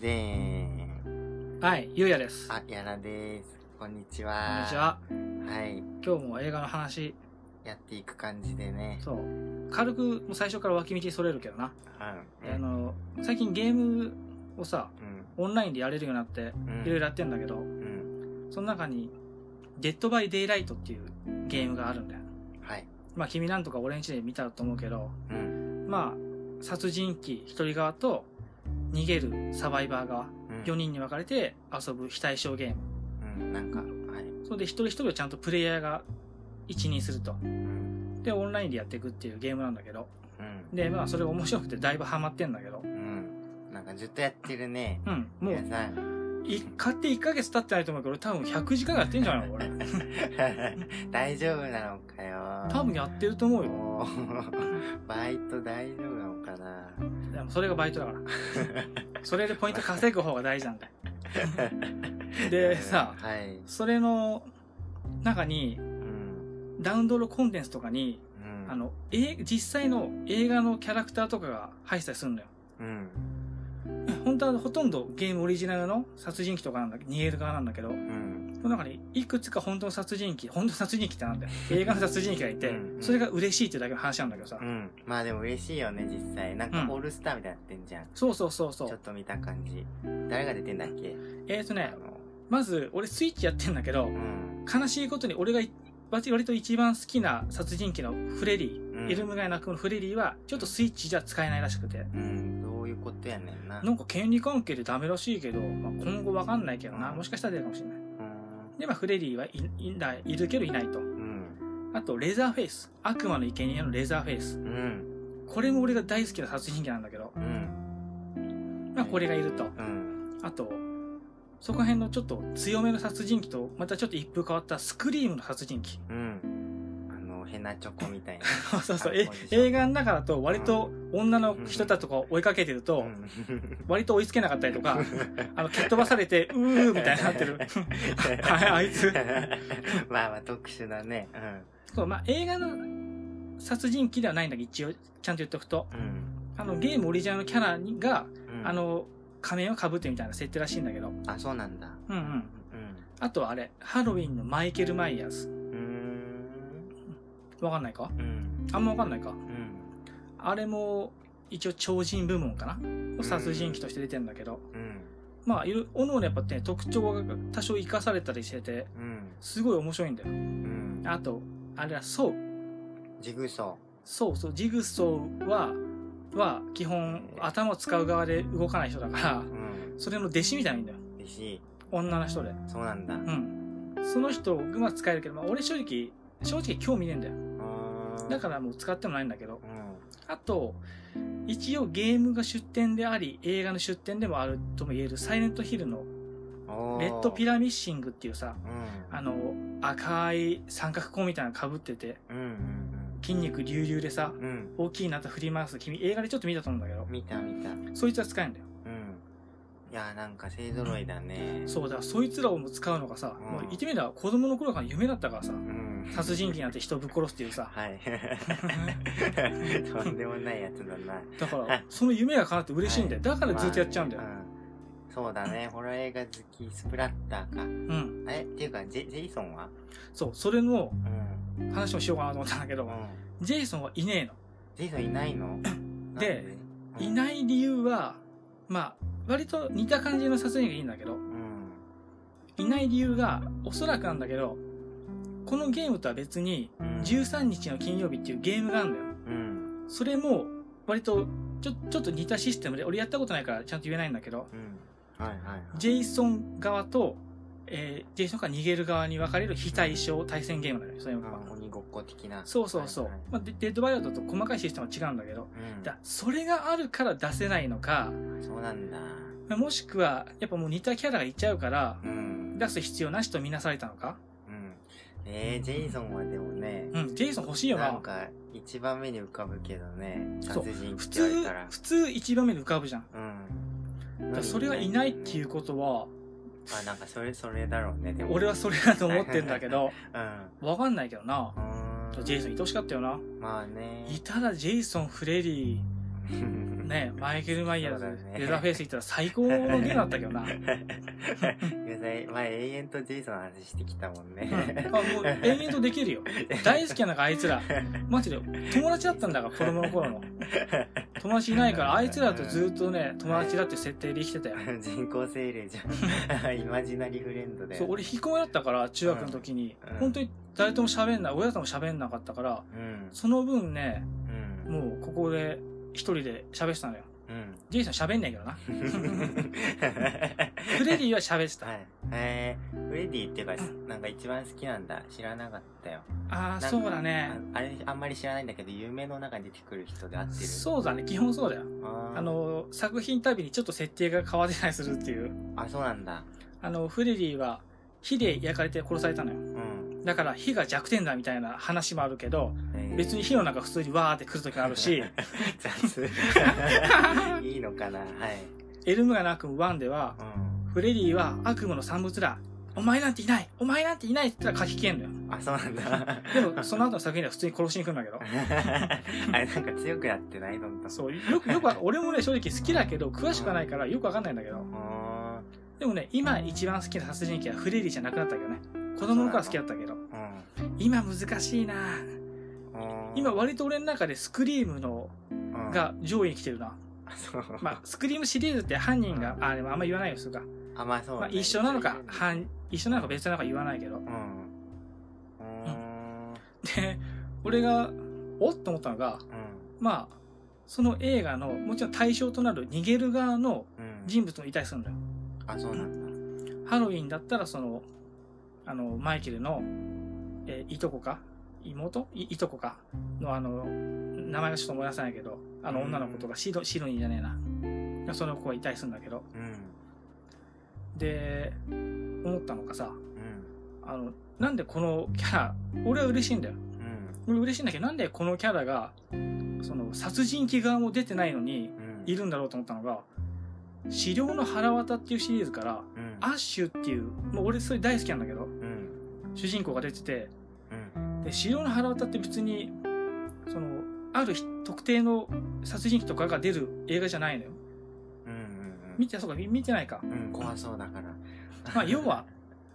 ではい、ゆうやです。あ、やらです。こんにちこんは。にちは。はい。今日も映画の話、やっていく感じでね。そう、軽く、もう最初から脇道それるけどな。うん。あの、最近ゲームをさ、うん。オンラインでやれるようになって、うん。いろいろやってんだけど、うん。その中に、デッドバイデイライトっていうゲームがあるんだよ。はい。まあ、君なんとか俺んちで見たと思うけど、うん。まあ、殺人鬼一人側と、逃げるサバイバー側、うん4。人に分かれて遊ぶ非対称ゲーム。うん。なんか、はい。それで一人一人をちゃんとプレイヤーが一任すると。うん。で、オンラインでやっていくっていうゲームなんだけど。うん。で、まあ、それ面白くてだいぶハマってんだけどう。ん。なんかずっとやってるね。うん、も皆う、さん。 い買って1ヶ月経ってないと思うけど、多分100時間やってんじゃない の俺。大丈夫なのかよ。多分やってると思うよ。おー バイト大丈夫なのかなでもそれがバイト だから。それでポイント稼ぐ方が大事なんだよ。でさはい。それの中に、うん。ダウンロードコンテンツとかに、うん。あ、の、え、実際の映画のキャラクターとかが入ってたりするのよ。うん。本当はほとんどゲームオリジナルの殺人鬼とかなんだ、逃げる側なんだけど、うん。この中にいくつか本当の殺人鬼、本当の殺人鬼って なんだよ。映画の殺人鬼がいてうんう、んそれが嬉しいってだけの話なんだけどさう。ん。まあでも嬉しいよね、実際。なんかうんオールスターみたいになってんじゃん。そうそうそうそちょっう。と見た感じ。誰が出てんだっけえっ、ー、とねあ、のまず俺スイッチやってんだけどう、ん。悲しいことに俺がい割と一番好きな殺人鬼のフレリー、うんイルムガイナ君のフレリーはちょっとスイッチじゃ使えないらしくて。うん。どういうことやねんな。なんか権利関係でダメらしいけど、まあ、今後わかんないけどな。うんもしかしたら出るかもしれない。うん。で、まあ、フレリーはいいないいるけどいないと。うん。あと、レザーフェイス。悪魔の生贄のレザーフェイス。うん。これも俺が大好きな殺人鬼なんだけど、うん。まあ、これがいると。うん。あと、そこら辺のちょっと強めの殺人鬼と、またちょっと一風変わったスクリームの殺人鬼。 うん。あの、ヘナチョコみたいな。そうそう、あえポジション映画の中だと割と女の人だとかを追いかけてると、割と追いつけなかったりとか、あの、蹴っ飛ばされて、うーみたいになってる。はいあ いつ。 まあまあ特殊だね。そう、まあ、映画の殺人鬼ではないんだけど、一応、ちゃんと言っとくと、うん。うん。あの、ゲームオリジナルのキャラにが、うんあ、の、仮面を被ってみたいな設定らしいんだけど、あ、そうなんだ。うんうん。うん。あとあれ、ハロウィンのマイケル・マイヤーズ。うーん。わかんないかうん。あんまわかんないか。うん。あれも、一応超人部門かなの殺人鬼として出てんだけど、うん。まあ、いろ、おのおのやっぱね、特徴が多少生かされたりしてて、うん。すごい面白いんだよ。うん。あと、あれは、そう、ジグソそうそう、ジグソーは、は、基本、頭を使う側で動かない人だからー。う、ん。それの弟子みたいなんだよ。嬉しい。女の人で。そうなんだ。、うん。その人がまあ使えるけど、まあ、俺正直、正直興味ねえんだよ。だかららもう使ってもないんだけど。うん。あと、一応ゲームが出展であり、映画の出展でもあるとも言える、サイレントヒルのおーレッドピ。ラミッシングっていうさ、うん。あの、赤い三角コーンみたいなの被ってて、うんうん筋肉隆々でさう、ん。うん。大きいなと振り回す。君、映画でちょっと見たと思うんだけど、見た見た。うん。そいつは使えんだよ。いや、なんか勢揃いだね。そうだ、そいつらをも使うのがさ、うんもう言ってみれば子供の頃から夢だったからさ、うん。殺人鬼なんて人をぶっ殺すってい うさ、はい。 とんでもないやつだな。だから、その夢が叶って嬉しいんだよ。だからずっとやっちゃうんだよま。あねうんそうだね。ホラー映画好き、スプラッターか。うん。え、っていうか、ジェジェイソンはそう、それのうん。話をしようかなと思ったんだけどう、ん。ジェイソンはいねジェイソンいないので、なんえの。いない理由は、まあ、割と似た感じの殺人鬼がいいんだけど、うん。いない理由が、おそらくなんだけど、このゲームとは別に、うん13日の金曜日っていうゲームがあるんだよ。うん。それも、割と、ちょ、ちょっと似たシステムで、俺やったことないからちゃんと言えないんだけど、うん。はいはいはい。ジェイソン側と、えージェイソンが逃げる側に分かれる非対称対戦ゲームなのよ、そういうのはあ鬼ごっこ的な。そうそうそう。はいはいまあ、デデッドバイオだと細かいシステムは違うんだけど、うんだそれがあるから出せないのか、そうなんだ。まあもしくは、やっぱもう似たキャラがいっちゃうから、うん。出す必要なしとみなされたのかうん。えー、ジェイソンはでもね、うん、ジェイソン欲しいよな。なんか、一番目に浮かぶけどね、そう殺人鬼っ普て言われ通たら、。普通一番目で浮かぶじゃん。うん。だからそれはいないっていうことは、あ、なんかそれ、それだろうね、でも。俺はそれだと思ってんだけど、うん。わかんないけどな。うーん。ジェイソンいてほしかったよな。まあね。いたらジェイソン、フレディ、ねマイケル・マイヤーズ、そうだねレザーフェイス行ったら最高のゲームだったけどな。うん まあ永遠とジェイソンの話してきたもんね。あもう延々とできるよ。大好きやなんかあいつら。マジで友達だったんだから子供の頃の。友達いないからあいつらとずっとね、友達だって設定で生きてたよ。 人工精霊じゃん。 イマジナリーフレンドで。そう、俺引きこもりだったから中学の時に、うん本当に誰とも喋んない、親とも喋んなかったから、うん。その分ね、うん。もうここで一人で喋ってたのよ。 うん。ジェイさん喋んないけどな。フレディは喋ってた。はい。えー、フレディっていうか、なんか一番好きなんだ。知らなかったよ。ああ、なんかそうだねあ。あれ、あんまり知らないんだけど、夢の中に出てくる人で合ってる。そうだね、基本そうだよ。あーあ、の、作品たびにちょっと設定が変わってたりするっていう。あ、そうなんだ。あの、フレディは火で焼かれて殺されたのよ。うん。だから火が弱点だみたいな話もあるけど、えー別に火の中普通にわーって来る時もあるし、。 雑。 いいのかなはい。エルムガの悪夢1では、うフレディは悪夢の産物だ。お前なんていないお前なんていないって言ったら書き消えんのよ。ん。あ、そうなんだ。 でも、その後の作品では普通に殺しに来るんだけど。あれ、なんか強くなってないどんどん。そう、よく、よくわ、俺もね、正直好きだけど、詳しくはないからよくわかんないんだけど。あでもね、今一番好きな殺人鬼はフレディじゃなくなったけどね。子供の頃は好きだったけど。ーうん。今難しいなうん今、割と俺の中でスクリームのうん、が上位に来てるな。あそう。まあ、スクリームシリーズって犯人が、あ、でもあんま言わないよ、すが。あ、まあそう、ねまあ、一緒なのか、犯、一緒なのか別なのか言わないけど。うん。うーん。で、俺が、おっと思ったのが、まあ、その映画の、もちろん対象となる逃げる側のうん。うん。人物もいたりするんだよ。あ、そうなんだ。ハロウィンだったら、その、あの、マイケルの、えーいとこか妹いいとこかの、あの、名前がちょっと思い出せないけど、あの、うん女の子とか、シロ、シロニーじゃねえな。その子がいたりするんだけど。うん。で、思ったのがさ、うん。あの、なんでこのキャラ、俺は嬉しいんだよ。うん。俺嬉しいんだけど、なんでこのキャラが、その、殺人鬼側も出てないのに、うん。いるんだろうと思ったのが、資料の腹渡っていうシリーズから、うん。アッシュっていう、もう俺それ大好きなんだけど、うん。主人公が出てて、うん。で、資料の腹渡って別に、その、ある日特定の殺人鬼とかが出る映画じゃないのよ。うん。見て、そうか、み見てないか。うん。うん。怖そうだから。まあ、要は、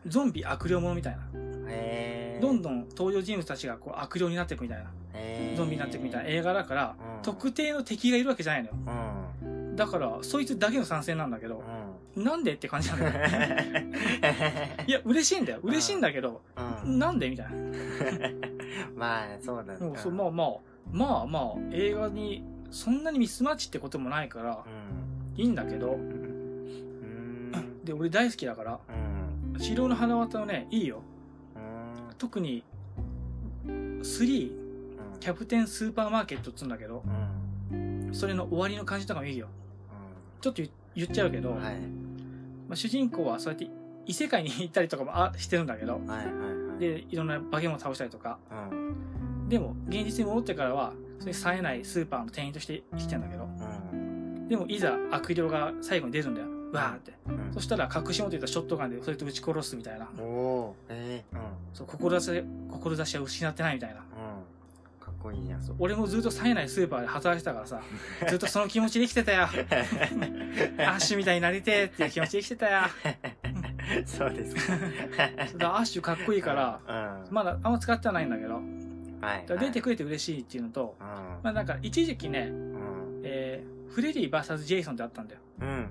ゾンビ悪霊ものみたいな。へえ。どんどん登場人物たちがこう悪霊になっていくみたいな。へーゾンビになっていくみたいな映画だから、うん特定の敵がいるわけじゃないのよ。うん。だから、そいつだけの参戦なんだけど、うなんでって感じなんだよ。 ん。いや、嬉しいんだよ。嬉しいんだけど、うん。なんでみたいな。まあ、そうだもうそううまあまあ、まあまあ、映画に、そんなにミスマッチってこともないから、ん。いいんだけど、うん。で、俺大好きだから、うん。治療の花綿はね、いいよ。うん。特に、3、うんキャプテンスーパーマーケットっつうんだけど、うん。それの終わりの感じとかもいいよ。ちょっと言言っちゃうけど、うん。はい。まあ、主人公はそうやって異世界に行ったりとかもあしてるんだけど、はい。はい。はい。で、いろんな化け物を倒したりとか、うん。でも、現実に戻ってからは、それ冴えないスーパーの店員として生きてんだけど、うん。でもいざ悪霊が最後に出るんだよ。わーって。うんそしたら隠し持っていたショットガンでそれと撃ち殺すみたいな。おおー。ええ。うん。そう、志、志は失ってないみたいな。うん。かっこいいやん。そう俺もずっと冴えないスーパーで働いてたからさ、ずっとその気持ちで生きてたよ。アッシュみたいになりてえっていう気持ちで生きてたよ。 そうですか。だからアッシュかっこいいから、うん。まだあんま使ってはないんだけど、はい。だから出てくくれて嬉しいっていうのと、うん。まあなんか一時期ね、うん。えー、フレディ VS ジェイソンってあったんだよ。うん。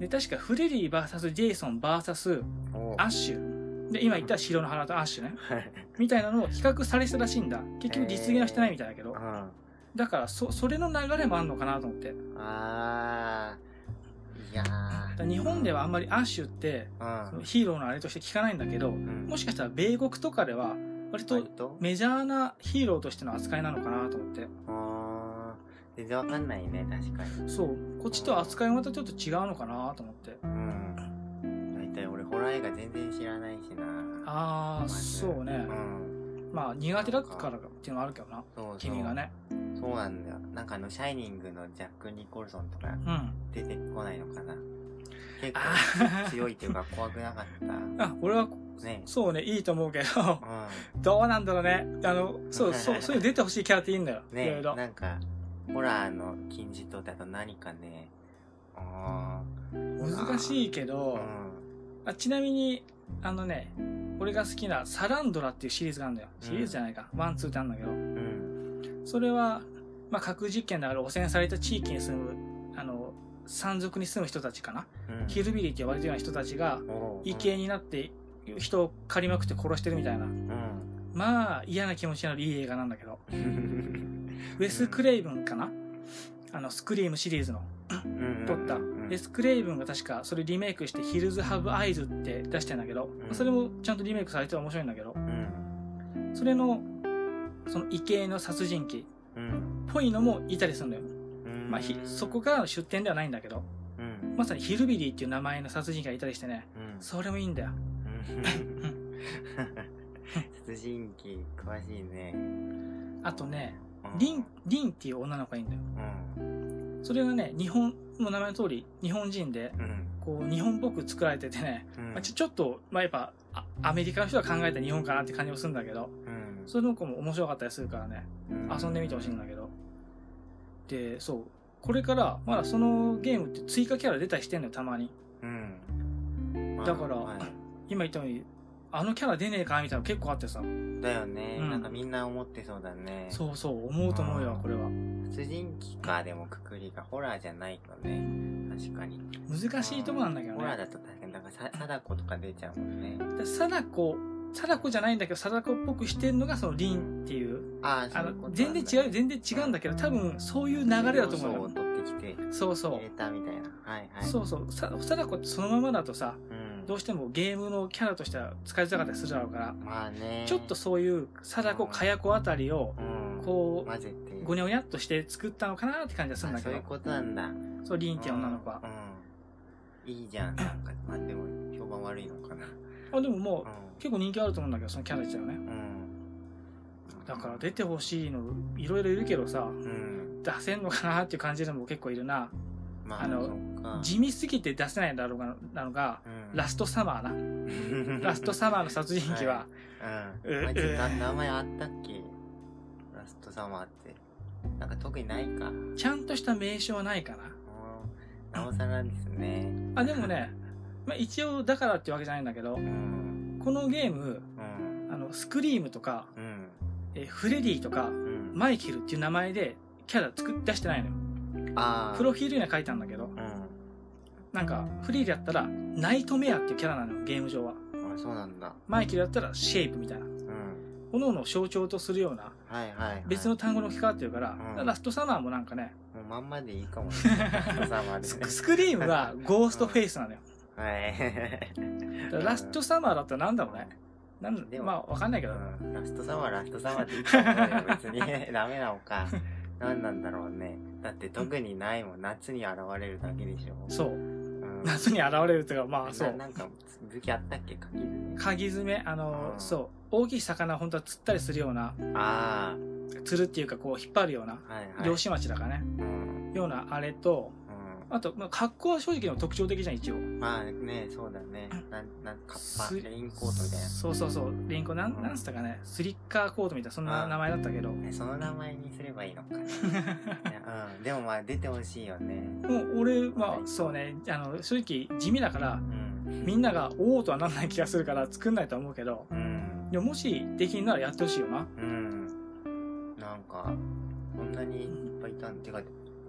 で、確かフレディ VS ジェイソン VS おーアッシュ。で、今言った白の花とアッシュね。はいみたいなのを比較されてたらしいんだ。結局実現はしてないみたいだけどう。ん。だから、そ、それの流れもあるのかなと思って。だあー。いやかー。ら日本ではあんまりアッシュって、うん。ヒーローのあれとして聞かないんだけど、うんもしかしたら米国とかでは、割と割とメジャーなヒーローとしての扱いなのかなと思って。あー。全然わかんないね、確かに。そう。こっちとは扱いがまたちょっと違うのかなと思って。うん。大体俺ホラー映画全然知らないしな。あー、そうねう。ん。まあ、苦手だったからっていうのはあるけどな。そうそう。君が。ね。そうなんだよ。なんかあの、シャイニングのジャック・ニコルソンとかうん。出てこないのかな。結あ構ー強いというか怖くなかった。あ、俺は、ね。そうね、いいと思う けどう、 どうなんだろうね。あの、そう、そう、そういう出てほしいキャラっていいんだよ。ん。いろねいろ。なんか、ホラーの金字塔ってあと何かね。あ難しいけあ。うど、ん。あちなみにあのね俺が好きな「サランドラ」っていうシリーズがあるんだよシリーズじゃないか、ワンツーってあるんだけどうん。それは、まあ、核実験だから汚染された地域に住むあの山賊に住む人たちかな、うん。ヒルビリーって呼ばれてるような人たちがおう異形。になって人を狩りまくって殺してるみたいなうん。まあ嫌な気持ちになるいい映画なんだけどうんウェス・クレイブンかなあのスクリームシリーズのうん撮った、うんでスクレイブンが確かそれリメイクして「ヒルズ・ハブ・アイズ」って出してんだけど、うんそれもちゃんとリメイクされて面白いんだけどうん。それのその異形の殺人鬼っうん。ぽいのもいたりするのよ、うんまあ、ひそこ。が出典ではないんだけどうん。まさにヒルビリーっていう名前の殺人鬼がいたりしてねうん。それもいいんだようん。殺人鬼、詳しいね。あとねうん リンリンっていう女の子がいいんだようん。それがね日本の名前の通り日本人でうん。こう日本っぽく作られててね、うんまあ、ちょちょっと、まあ、やっぱあアメリカの人が考えた日本かなって感じもするんだけどうん。その子も面白かったりするからね遊んでみてほしいんだけどでそうこれからまだそのゲームって追加キャラ出たりしてんのよたまにうん。まあだからはい今言ったようにあのキャラ出ねえかみたいなの結構あってさだよね、うんなんかみんな思ってそうだね。そうそう思うと思うようんこれは殺人鬼か、でもくくりがホラーじゃないとね。確かに。難しいとこなんだけどホラーだねと確かに、なんかさ、貞子とか出ちゃうもんね。で貞子貞子じゃないんだけど貞子っぽくしてんのがそのリンっていうああ、あそういうこのと全然違うよ全然違うんだけど多分そういう流れだと思うをよ取ってきて、そうそ入うれたみたいな。はいはい。そうそうさ貞子ってそのままだとさうん。どうしてもゲームのキャラとしては使いづらかったりするだろうからまあね。ちょっと、そういう貞子かや子あたりをうん。こ混ぜうて。ごにゃごにゃっとして作ったのかなって感じがするんだあけそういうどことなんだ。そうリンっていう女の子はうん。うんいいじゃん。なんか、まあでも、評判悪いのかな。あでももうう結構人気あると思うんだけどそのキャラ自体はねん。うん。だから出てほしいのいろいろいるけどさうん。出せんのかなっていう感じでも結構いるなまあ、あのそっか地味すぎて出せないだろうがなのがうん ラストサマーなラストサマーの殺人鬼はうん。う あいつなう名前あったっけラストサマーって。なんか特にないか。うんちゃんとした名称はないかななおさらですね。あでもね、まあ、一応だからってわけじゃないんだけどうん。このゲームうん。あのスクリームとか、うん。えーフレディとかうん。マイケルっていう名前でキャラ作っ出してないのよあープロフィールには書いてあるんだけどうん。なんかフレディだったらナイトメアっていうキャラなのよゲーム上はあ、そうなんだ。マイケルだったらシェイプみたいなうん。各々を象徴とするようなはいはい、はい。別の単語に置き換わってるから、んだからラストサマーもなんかね、もうまんまでいいかもね。ラストサマー でスねスクリームはゴーストフェイスなのよ。はい。だからラストサマーだったらなんだろうね。なんでもまあわかんないけど、うんラストサマーラストサマーって言っちゃ う別に ダメなのか何なんだろうねだって特にないもん夏に現れるだけでしょ、そう。うん、夏に現れるというか、まあそうな。なんか武器あったっけかきね鍵爪、あの、うんそう。大きい魚を本当は釣ったりするような、あ釣るっていうかこう引っ張るような、あはいはい漁師町だからね、うんようなあれと、あと、まあ、格好は正直でも特徴的じゃん、一応。うんまあねそうだねなんなんかカッすパレインコートみたいそうそうそう。レインコート、なうんん、なんつったかね、スリッカーコートみたいな、そんな名前だった けど。なねその名前にすればいいの かねいやうんでもまあ出てほしいよねもう俺、まあそうね、あの、正直地味だから、うんみんなが、おおとはなんない気がするから作んないとは思うけど、うんでももしできんならやってほしいよな。うんなんかこんなにいっぱいいたんてか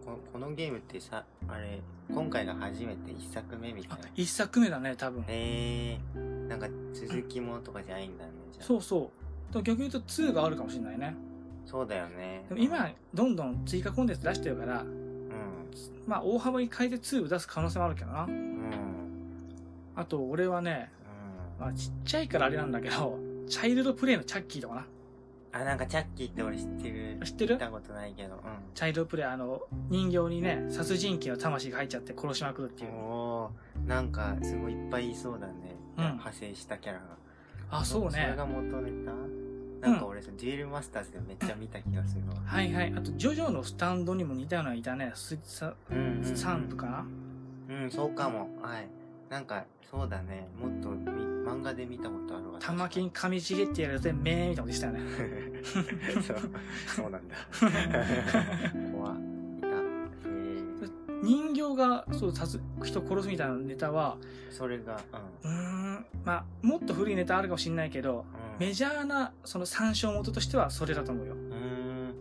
ここのゲームってさあれ今回が初めて1作目みたあいな一作目だね、多分。えー、なんか続きもとかじゃないんだねじゃあそうそう。でも逆に言うと2があるかもしれないね。そうだよねでも今、どんどん追加コンテンツ出してるから、うんまあ大幅に変えて2を出す可能性もあるけどな。うんあと俺はね、うんまあちっちゃいからあれなんだけど、チャイルドプレイのチャッキーとかな。あなんかチャッキーって俺知ってる知って見るたことないけどうチャイルドプレイ、あの、人形にね、殺人鬼の魂が入っちゃって殺しまくるっていんう。おーなんかすごいいっぱいいそうだね、うん派生したキャラがあ、そうそれねが。元ネタなんか俺さ、デュエルマスターズでめっちゃ見た気がするわ、はいはい。あと、ジョジョのスタンドにも似たようなのいたね。すさうんうんうんサンプかな。うん、そうかも。はい。なんか、そうだね。もっとみ漫画で見たことあるわ。玉確金噛みちぎってやるぜ、 めーみたいなことしたよね。かにそう、そうなんだ。怖っ。うん人形がそう殺人殺すみたいなネタはそれが、うーんまあもっと古いネタあるかもしれないけどうん。メジジャーなその参照元としてはそれだと思うよ。うーん。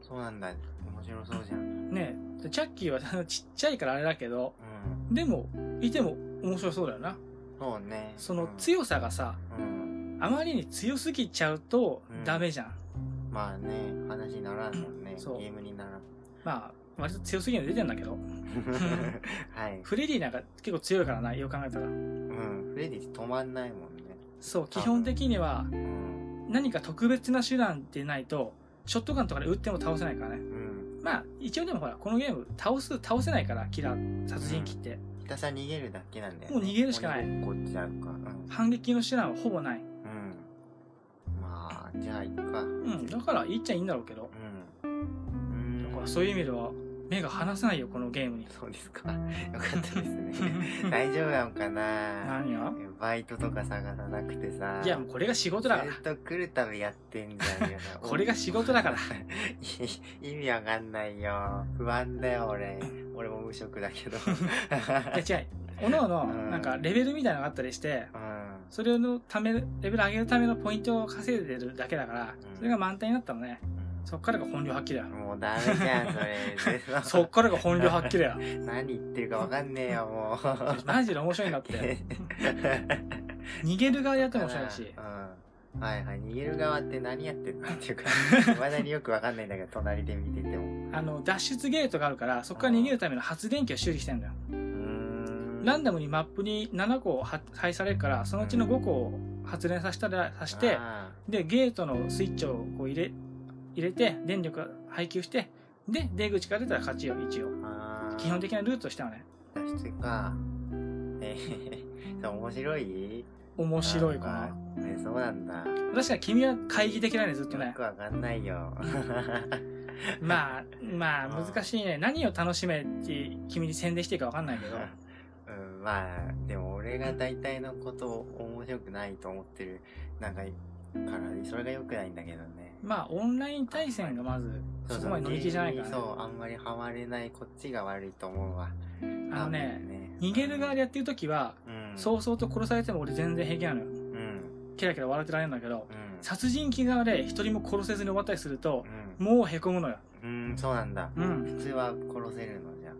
そうなんだ。面白そうじゃん。うん。ねえチャッキーは あのちっちゃいからあれだけどでもいても面白そうだよな。そうね。そのうん、強さがさうん。あまりに強すぎちゃうとうんダメじゃん。まあね、話にならんもんね。ゲそうームにならん。 まあ割と強すぎるの出てんだけどはい。フレディなんか結構強いからなよく考えたらうん。フレディ止まんないもんね。そう基本的にはうん。何か特別な手段でないとショットガンとかで撃っても倒せないからねうん。まあ一応でもほらこのゲーム倒す倒せないからキラー殺人鬼ってひたすら逃げるだけなんだよ、もう逃げるしかないこっちゃうか。うん。反撃の手段はほぼないうん。まあ、じゃあ、いっか。う。うんんだから言っちゃいいんだろうけどうん。だからそういう意味では目が離せないよこのゲームに そうですか。よかったですね。大丈夫なのかな何がバイトとか探さなくてさ。いやもうこれが仕事だから。ずっと来るたびやってんじゃんよ これが仕事だから。い 意味わかんないよ。不安だよ、俺。俺も無職だ けど。いや違うおのおのうんなんかレベルみたいなのがあったりしてうん。それのためレベル上げるためのポイントを稼いでるだけだからうんそれが満点になったのねそっからが本領発揮だよもうダメじゃん、それ。 そっからが本領発揮だよ 何言ってるかわかんねえ よ、もマジで面白いんだっう。て逃げる側でやっても面白い しうん。はいはい。逃げる側って何やってんのって いうか、まだによくわかんないんだけど、隣で見てても。あの脱出ゲートがあるからそこから逃げるための発電機を修理してんだようーん。ランダムにマップに7個は配されるからそのうちの5個を発電させたらさしてあでゲートのスイッチをこう入れ入れて電力を配給してで出口から出たら勝ちよ一応ーあー基本的なルートとしてはね脱出か。えー、そう面白い面白いかなんなかね、そうなんだ。確かに君は懐疑的だねずっとよねくわかんないよ。まあまあうん難しいね何を楽しめって君に宣伝していいか分かんないけどうん、まあ、でも俺が大体のことを面白くないと思ってる、なんか、から、それが良くないんだけどね。まあオンライン対戦がまずそこまで乗り気じゃないからねゲームにそう、あんまりハマれないこっちが悪いと思うわ。あのね逃げる側り、でやってる時はうん、そうそうと殺されても俺全然平気なのようん。うん。キラキラ笑ってられるんだけどうん。殺人鬼側で一人も殺せずに終わったりするとうんもうへこむのようん、そうなんだ。うん普通は殺せるのじゃ。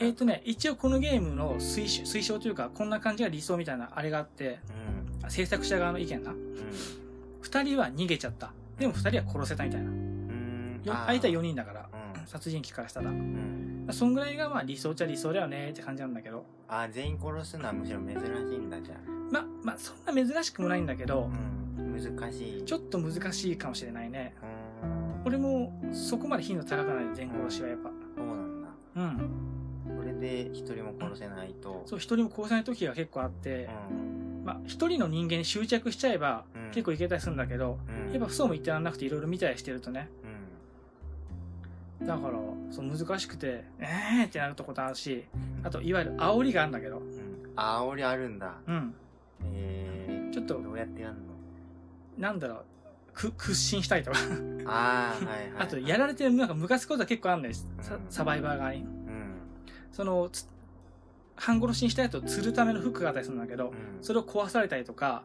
えっ、とね一応このゲームの推奨推奨というかこんな感じが理想みたいなあれがあってうん。制作者側の意見な2人は逃げちゃったでも2人は殺せたみたいなようん。うん。相手は4人だからう殺人鬼からしたらん。うん。そんぐらいがまあ理想っちゃ理想だよねって感じなんだけどあー、全員殺すのはむしろ珍しいんだじゃあ。まあまあそんな珍しくもないんだけどうん。難しい。ちょっと難しいかもしれないねうーん。俺もそこまで頻度高くない全殺しはやっぱそうなんだ。うんこれで一人も殺せないと。そう一人も殺せない時が結構あってまあ一人の人間に執着しちゃえばうん結構いけたりするんだけどうん。うん。やっぱそうも言ってらんなくていろいろ見たりしてるとねだからそう難しくてえーってなるとことあるしうん。あといわゆる煽りがあるんだけどうん。あ煽りあるんだ。うんえちょっとー、どうやってやんのなんだろうく屈伸したりとかああ、はいはい。あとやられてなんかムカつくことは結構あるんですうんササバイバー側うにん。そのつ半殺しにしたやつを釣るためのフックがあったりするんだけどうん。それを壊されたりとか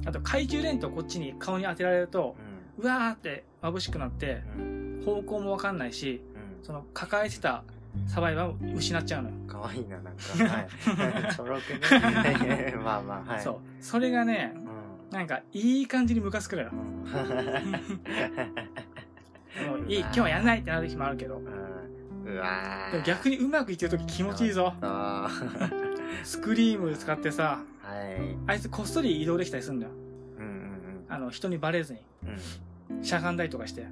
うん。あと懐中レントをこっちに顔に当てられるとうわーって眩しくなってうん。うん。方向もわかんないしうん。その抱えてたサバイバーを失っちゃうのよ、かわいいな、なんか。はい。 ちょろくね。 まあまあ、はい。そうそれがねうん。なんかいい感じにムカつく のようん。もういい今日はやんないってなる時もあるけうどん。うわーでも逆にうまくいってる時気持ちいいぞあースクリーム使ってさはい。うんあいつこっそり移動できたりするんだようんあの人にバレずにうん。うん。しゃがんだりとかしてう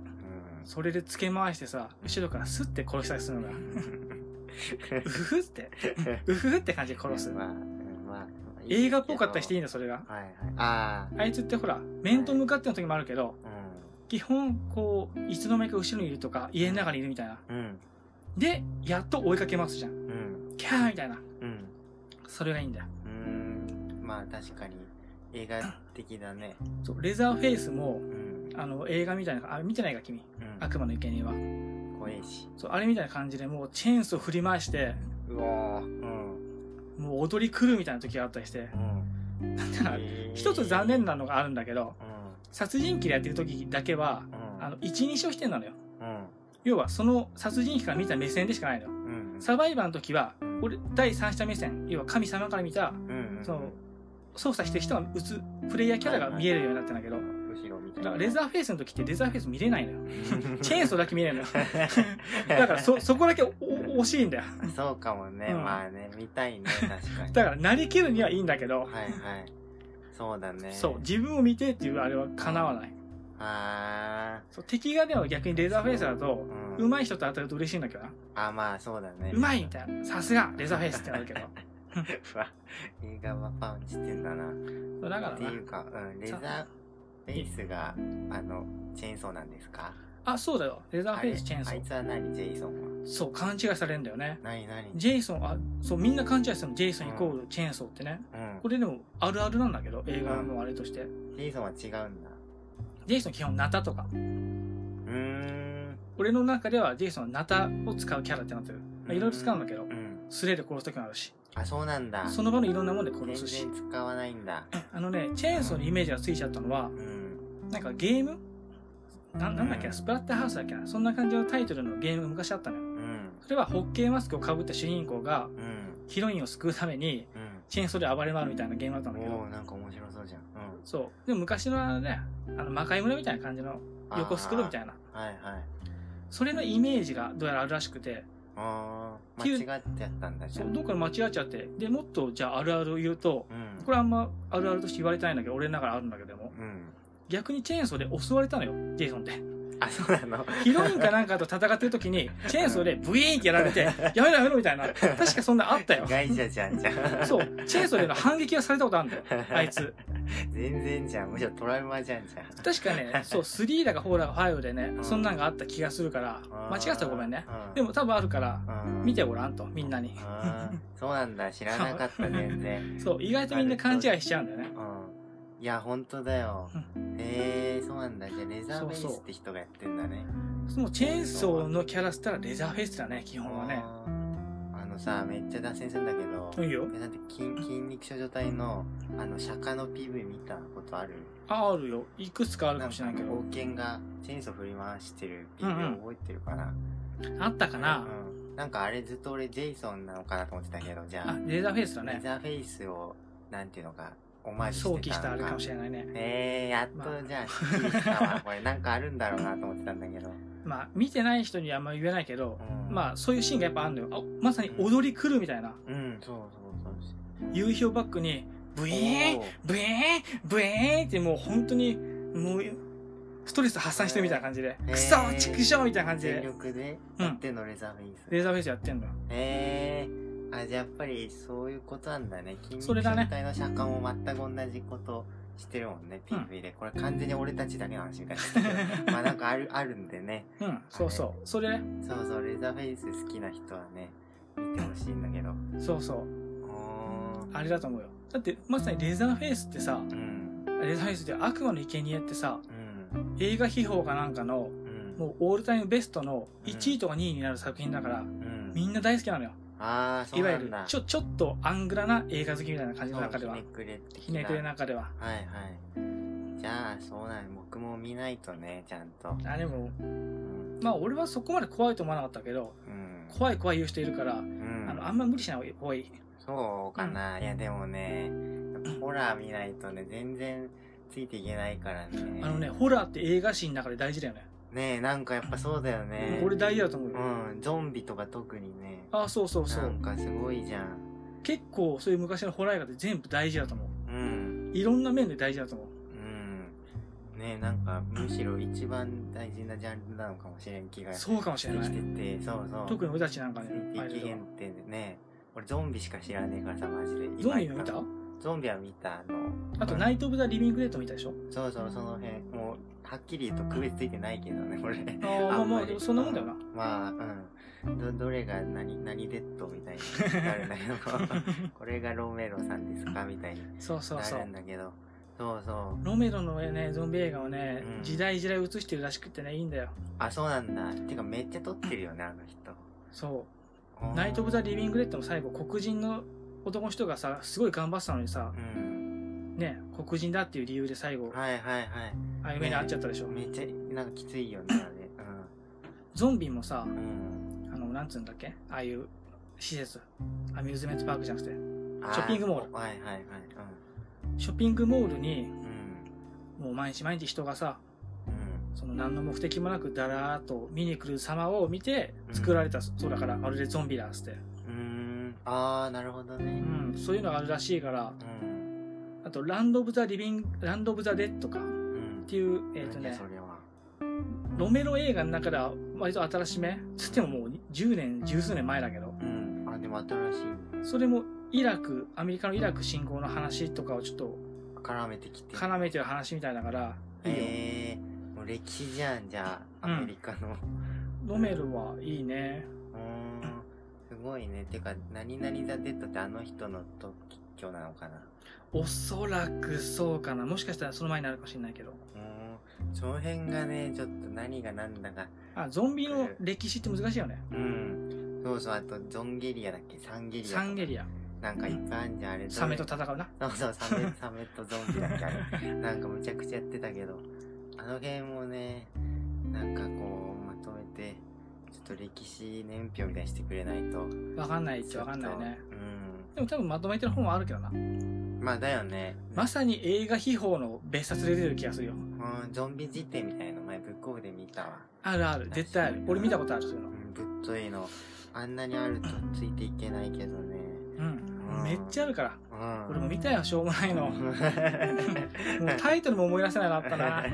それで付け回してさ後ろからスッて殺したりするのがうふふって うふふって感じで殺すまあ、まあ、映画っぽかったりしていいいんだそれがけどはいはい。ああいつってほら面と向かっての時もあるけどあ、基本こういつの間にか後ろにいるとか家の中にいるみたいなうん。うん。でやっと追いかけますじゃんうん。キャーみたいなうん。それがいいんだようーん。まあ、確かに、映画的だね。そうレザーフェイスもうん。あの映画みたいなあ見てないか君うん。悪魔の生贄はこ怖えし。そうあれみたいな感じでもうチェーンソー振り回してうわーうん。もう踊り狂うみたいな時があったりして うん。だから一つ残念な。なのがあるんだけどう殺人鬼でやってる時だけはん。うん。あの一人称視点なのようん。要はその殺人鬼から見た目線でしかないのようん。サバイバーの時は俺第三者目線要は神様から見たうん。うんその操作してる人が打つプレイヤーキャラが見えるようになってんだけど後ろみたいだな。からレザーフェイスの時ってレザーフェイス見れないの よチェーンソーーだけ見れるの よだからそそこだけおお惜しいんだよそうかもね、うんまあね、見たいね、確かに。だからなりきるにはいいんだけど、はいはい。そうだね。そう。自分を見てっていうあれはかなわないあそう敵がでも逆にレザーフェイスだとー。うん。上手い人と当たると嬉しいんだけどなあ、まあそうだね。上手いみたいなさすがレザーフェイスって なるけどうわ、映画はパンチしてんだな。そうだからってないうか、うん、レザーフェイスが、あの、チェーンソーなんですかあそうだよレザーあフれェイスチェーンソあーいつは何ジェイソンは。そう勘違いされるんだよね何何ジェイソンあそうみんな勘違いするのジェイソンイコールチェーンソーってねうんこ。れでもあるあるなんだけど映画のあれとしてジェイソンは違うんだ。ジェイソン基本ナタとかうーん。俺の中ではジェイソンはナタを使うキャラってなってるまあいろいろ使うんだけどうん。スレで殺す時もあるしあ、そうなんだ。その場のいろんなもので殺全すし然使わないんだ。あのねチェーンソーのイメージがついちゃったのはうん。なんかゲームななんだっけなスプラッターハウスだっけなそんな感じのタイトルのゲームが昔あったのうよん。それはホッケーマスクをかぶった主人公がうん。ヒロインを救うためにうチェーンソーで暴れ回るみたいなゲームだったんだけん。おどおなんか面白そうじゃん。うん。そうでも昔のあのねあの魔界村みたいな感じのあー横スクロールみたいなはいはい。それのイメージがどうやらあるらしくてああ、っていう間違ってやったんだじそゃ。うんどっかで間違っちゃってでもっとじゃああるあるを言うとうん。これあんまあるあるとして言われてないんだけど俺の中であるんだけどもうん。逆にチェーンソーで襲われたのよジェイソンってあ、そうなのヒロインかなんかと戦ってる時に、チェーンソーでブイーンってやられて、やめろやめろみたいな。確かそんなあったよ。害者じゃんじゃん。そう。チェーンソーでの反撃がされたことあるんだよ。あいつ。全然じゃん。むしろトラウマじゃんじゃん。確かね、そう、3だか4だか5でね、そんなんがあった気がするから、間違ってたらごめんね。。でも、多分あるから、見てごらんと、みんなに。あーそうなんだ。知らなかった、全 然。そう、意外とみんな勘違いしちゃうんだよね。うん。いや、ほんとだよう。へえー、そうなんだ。じゃあ、レザーベーそうスそうって人がやってんだね。そのチェーンソーのキャラっつったらレザーフェイスだね、基本はね。あーあのさ、めっちゃ脱線するんだけど、いいよ。えだって筋筋肉少女隊の、あの、釈迦の PV 見たことあるあ、あるよ。いくつかあるかなんもしかれないけ冒ど。険がチェーンソー振り回してるビデうんうんオ覚えてるかな、あったかなうん、なんかあれずっと俺ジェイソンなのかなと思ってたけどじゃああ、レザーフェイスだレね。ザーフェイスをなんていうのかオマージ想ュ起してしたたあのれかかもしれないね。えー、やっまあとじゃあすっきりしたわ これなんかあるんだろうなと思ってたんだけど、まあ、見てない人にはあんま言えないけど、うん、まあ、そういうシーンがやっぱあるのよ。あまさに踊り狂うみたいな。うんそうそうそう夕日をバックに、ブイーンおー、ブイーン、ブイーンってもう本当に、もう、ストレス発散してるみたいな感じで、へーくそー、ちくしょうみたいな感じ全で、力でやってんの、レザーフェイスレーザーフェイスやってんのよ。えー、あじゃあやっぱりそういうことなんだね筋そ肉れだね全体の釈迦も全く同じことしてるもんね PV で、これ完全に俺たちだけの話みたいになってる けどまあなんかあるあるんでねうん、そうそう。それね、そうそう、レザーフェイス好きな人はね、見てほしいんだけど。そうそう。おーあれだと思うよ。だって、まさにレーザーフェイスってさ、うん、レーザーフェイスって悪魔の生贄ってさ、うん、映画秘宝かなんかの、うん。もうオールタイムベストの1位とか2位になる作品だから、うん、みんな大好きなのよ。ああ、そいうわなゆんるだ。ちょちょっとアングラな映画好きみたいな感じのそう中ではひねくれってひねくれの中でははいはい。じゃあ、そうなん僕も見ないとね、ちゃんと。あでもうん、まあ俺はそこまで怖いと思わなかったけどうん。怖い怖い言う人いるから、うん、あのあんま無理しない方がいいそうかな。いや、でもね、ホラー見ないとね、全然ついていけないからね。あのね。ホラーって映画史の中で大事だよね、ねえ、なんかやっぱそうだよね。俺大事だと思うよ、うん、ゾンビとか特にね。ああそうそうそなうんかすごいじゃん。結構そういう昔のホラー映画って全部大事だと思ううん、いろんな面で大事だと思ううん。ねえ、なんか、むしろ一番大事なジャンルなのかもしれん気がしてそうかもしきれないてて、そうそう。特に俺たちなんかねに。割期と限ってね、俺ゾンビしか知らねえからさ、マジで。ゾンビも見た今ゾンビは見た、あの、あと「ナイト・オブ・ザ・リビング・デッド」見たでしょそうそう、その辺、もう、はっきり言うと区別ついてないけどね、俺。ああまあんままありそんなもんだよな まあ、うん。ど、どれが何、何デッドみたいになるんだけど、これがロメロさんですかみたいにそうそうなそるんうだけど、そうそうロメロのね、ゾンビ映画をね、うん時代時代映してるらしくってね、いいんだよ。あそうなんだてかめっちゃ撮ってるよねあの人そう。ナイト・オブ・ザ・リビング・レッドも最後、黒人の男の人がさ、すごい頑張ってたのにさ、うんね、黒人だっていう理由で最後、はいはいはいああいう目に遭っちゃったでしょ。めっちゃなんかきついよねあゾンビもされう、ん、あの、なんつうんだっけああいう施設。アミューズメントパークじゃなくて。うん、ショッピングモールあはいはいはいショッピングモールに、うんもう毎日毎日人がさ、うんうんその何の目的もなくだらーっと見に来る様を見て作られたそうだから、まるでゾンビだっつって。うーんああなるほどうねん、そういうのがあるらしいから、うんあと、ランド・オブ・ザ・リビング、ランド・オブ・ザ・デッドか。っうんていう、えっ、となんねだ、それはロメロ映画の中では割と新しめ。つってももう10年、十数年前だけど。うんあでも新しいそれもイラク、アメリカのイラク侵攻の話とかをちょっと絡めてきて絡めてる話みたいだから、いいよ。えー、もう歴史じゃんじゃあうんアメリカの、ロメロはいいね。うーんすごいねてか「何々ザ・デッド」ってあの人の特許なのかなおそらくそうかな。もしかしたらその前になるかもしれないけど。うーんその辺がねちょっと何が何だかあ、ゾンビの歴史って難しいよね。うんそうそうあとゾンゲリアだっけサンゲリアとかサンゲリア。なんかいっぱいあんじゃんあれサメと戦うな。そう そうサメサメとゾンビだっけあれなんかむちゃくちゃやってたけどあの辺もねなんかこうまとめてちょっと歴史年表みたいにしてくれないとわかんないっちゃわかんないね。うでも多分まとめてる本はあるけどな。んまあだよねまさに映画秘宝の別冊で出てる気がするよ。うんゾンビ辞典みたいの前ブックオフで見たわあるある。絶対ある。俺見たことある、そういううの。んぶっといのあんなにあるとついていけないけどねうんう。んめっちゃあるから。うん俺も見たよ、しょうもないの。もう タイトルも思い出せなかったな。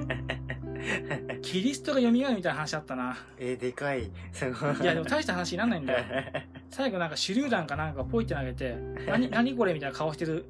キリストが蘇るみたいな話あったな。えでかいすごいいや、でも大した話になんないんだよ。最後なんか手榴弾かなんかポイって投げて、何、何これみたいな顔してる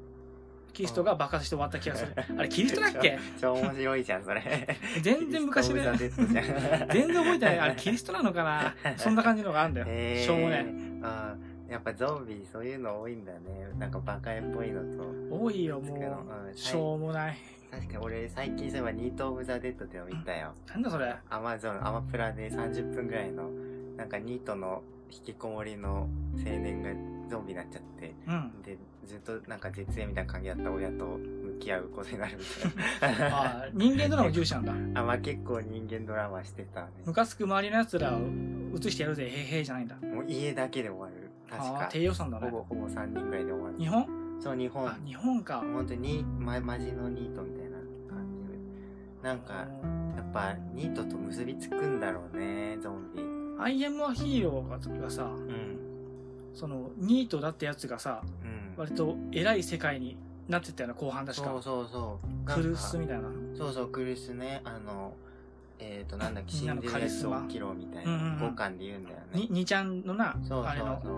キリストが爆発して終わった気がする。あれキリストだっけ超面白いじゃんそれ全然昔でキリストオブザデッドじゃん全然覚えてない。あれキリストなのかなそんな感じのがあるんだよ。えーしょうもない。あーやっぱゾンビそういうの多いんだねなんかバカ絵っぽいのと多いよ、つくのもうう。んしょうもない。確かに俺最近そういえばニート・オブ・ザ・デッドっていうの見たよなんだそれ。アマゾン、アマプラで30分ぐらいの、なんかニートの引きこもりの青年がゾンビになっちゃって、うん。で、ずっとなんか絶縁みたいな感じだった親と向き合うことになるみたいな。 ああ、人間ド ラマ重視なんだ。あ、まあ結構人間ドラマしてたね。ムカつく周りの奴らを映してやるぜ、へいへいじゃないんだ。もう家だけで終わる。確ああ、か。低予算だほね。ぼほぼ3人ぐらいで終わる。日本そう、日本あ。、日本か。本当に、ま、マジのニートみたいな感じ。なんか、やっぱニートと結びつくんだろうね、ゾンビ。アイアムアヒーローがさ、うん。その、ニートだったやつがさ、うん。割と偉い世界になってったような後半確そかう。そうそう。クルースみたいな。そうそう、クルスね、あの、えっ、と、なんだっけ、み死んなんのでるカリやスつマを切ろうみたいうんうんうな、ん五感で言うんだよに、ね。にちゃんのな、そうそうあれのそ、う。あ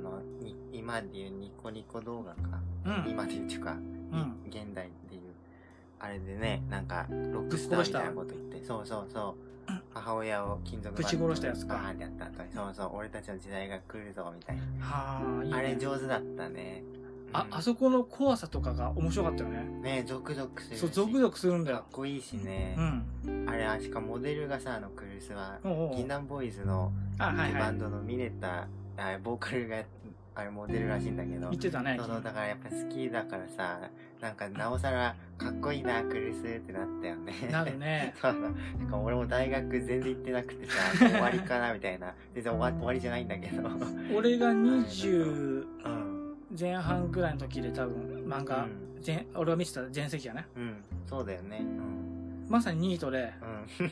の、に今で言うニコニコ動画か。うん、今で言うっていうか、うん。現代っていう。あれでね、なんか、ロックスターみたいなこと言って、そうそうそう。母親を金属バットぶち殺したやつかバーンってやった後に、そうそう、俺たちの時代が来るぞ、みたいな。はあ、いい、ね。あれ上手だったね。あ、うんあそこの怖さとかが面白かったよね。ねゾクゾクするし。そう、ゾクゾクするんだかっよ。こいいしね。うん。あれ、あしかもモデルがさ、あのクルースは、おうおう銀杏ボーイズのあ、はいはバいン。ドのミネタ、あボーカルが、あれモデルらしいんだけど言っ、てたねそ。のだからやっぱ好きだからさ、なんかなおさら、かっこいいな、クルースってなったよね。なるね。 そうそう。なんか俺も大学全然行ってなくてさ、もう終わりかなみたいな。全然終わ終わりじゃないんだけど。う俺が20ん。前半ぐらいの時で多分漫う画、ん。全俺が見てた全盛期やね。うん。そうだよね。うん。まさにニートで、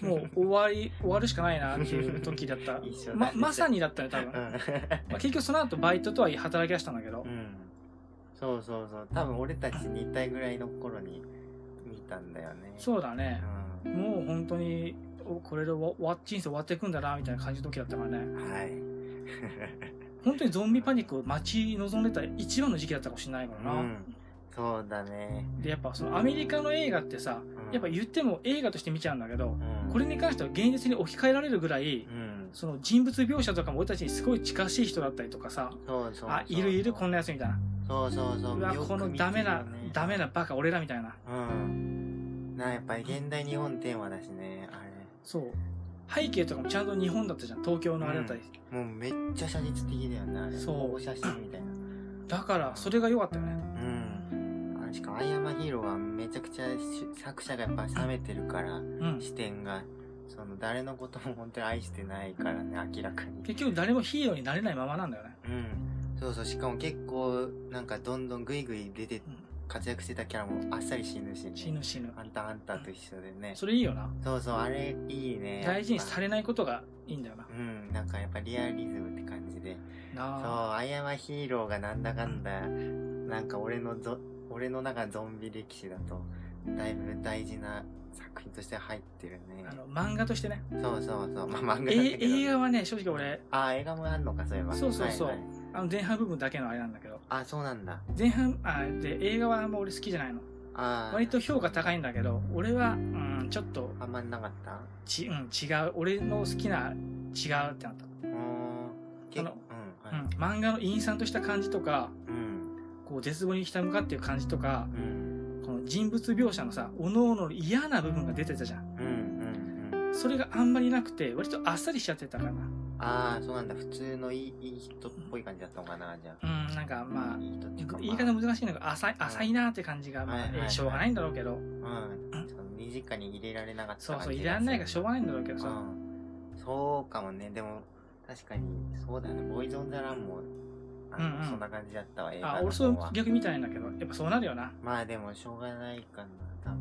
う。もう終わり、終わるしかないなっていう時だった 一緒だま、まさにだったね、多分。ん。 まあ、結局その後バイトとは働き出したんだけどう、ん。そうそうそう。多分俺たち2体ぐらいの頃に見たんだよね。そうだうね、ん。もう本当におこれでわわ人生終わっていくんだなみたいな感じの時だったからねはい。本当にゾンビパニックを待ち望んでた一番の時期だったかもしれないからうな、ん。そうだね。でやっぱそのアメリカの映画ってさうん。やっぱ言っても映画として見ちゃうんだけどうんこれに関しては現実に置き換えられるぐらういんその人物描写とかも俺たちにすごい近しい人だったりとかさそうそうあいるいるこんななやつみたいなそうそうそううわよくこの見てダるメよなねダメなバカ俺らみたいなうんなやっぱり現代日本テーマだしねあれそう背景とかもちゃんと日本だったじゃん東京のあれだったりもうめっちゃ写実的だよねあれそうお写真みたいなだからそれが良かったよねうんあしかも「アイアマヒーロー」はめちゃくちゃし作者がやっぱ冷めてるからうん視点がその誰のことも本当に愛してないからね明らかに結局誰もヒーローになれないままなんだよねうんそうそうしかも結構なんかどんどんグイグイ出てうん活躍してたキャラもあっさり死ぬし、ね、死ぬ死ぬあんたあんたと一緒でねそれいいよなそうそうあれいいね大事にされれないことがいいんだよなうんなんかやっぱリアリズムって感じでそうなあアイアマヒーローがなんだかんだなんか俺のぞ俺の中のゾンビ歴史だとだいぶ大事な作品として入ってるねあの漫画としてねそうそうそうまあ漫画なんだえけど映画はね正直俺あ映画もあんのかそういえばそうそうそうはいはいあの前半部分だけのあれなんだけどあそうなんだ前半あで映画はあんま俺好きじゃないのあー割と評価高いんだけど俺はうんちょっとあんまなかったち、うん、違う俺の好きな違うってなった、うーんけあうんのうはん、漫画の陰惨とした感じとかいうんこう絶望にひたむかっていう感じとかうんこの人物描写のさおのの嫌な部分が出てたじゃんうんうんうんそれがあんまりなくて割とあっさりしちゃってたかなああそうなんだ普通のいいいい人っぽい感じだったのかなじゃあうんなんかまあいい人っていうか言い方難しいんだけど浅い浅いなって感じが、まあはいはいはいしょうがないんだろうけどまあうんその身近に入れられなかったそうそう感じいがらんないからしょうがないんだろうけどうさ、んそうかもねでも確かにそうだねボーイズ・オン・ザ・ランもあのうんうんそんな感じだったわ映画あの俺そう方は逆みたいなんだけどやっぱそうなるよなまあでもしょうがないかな多分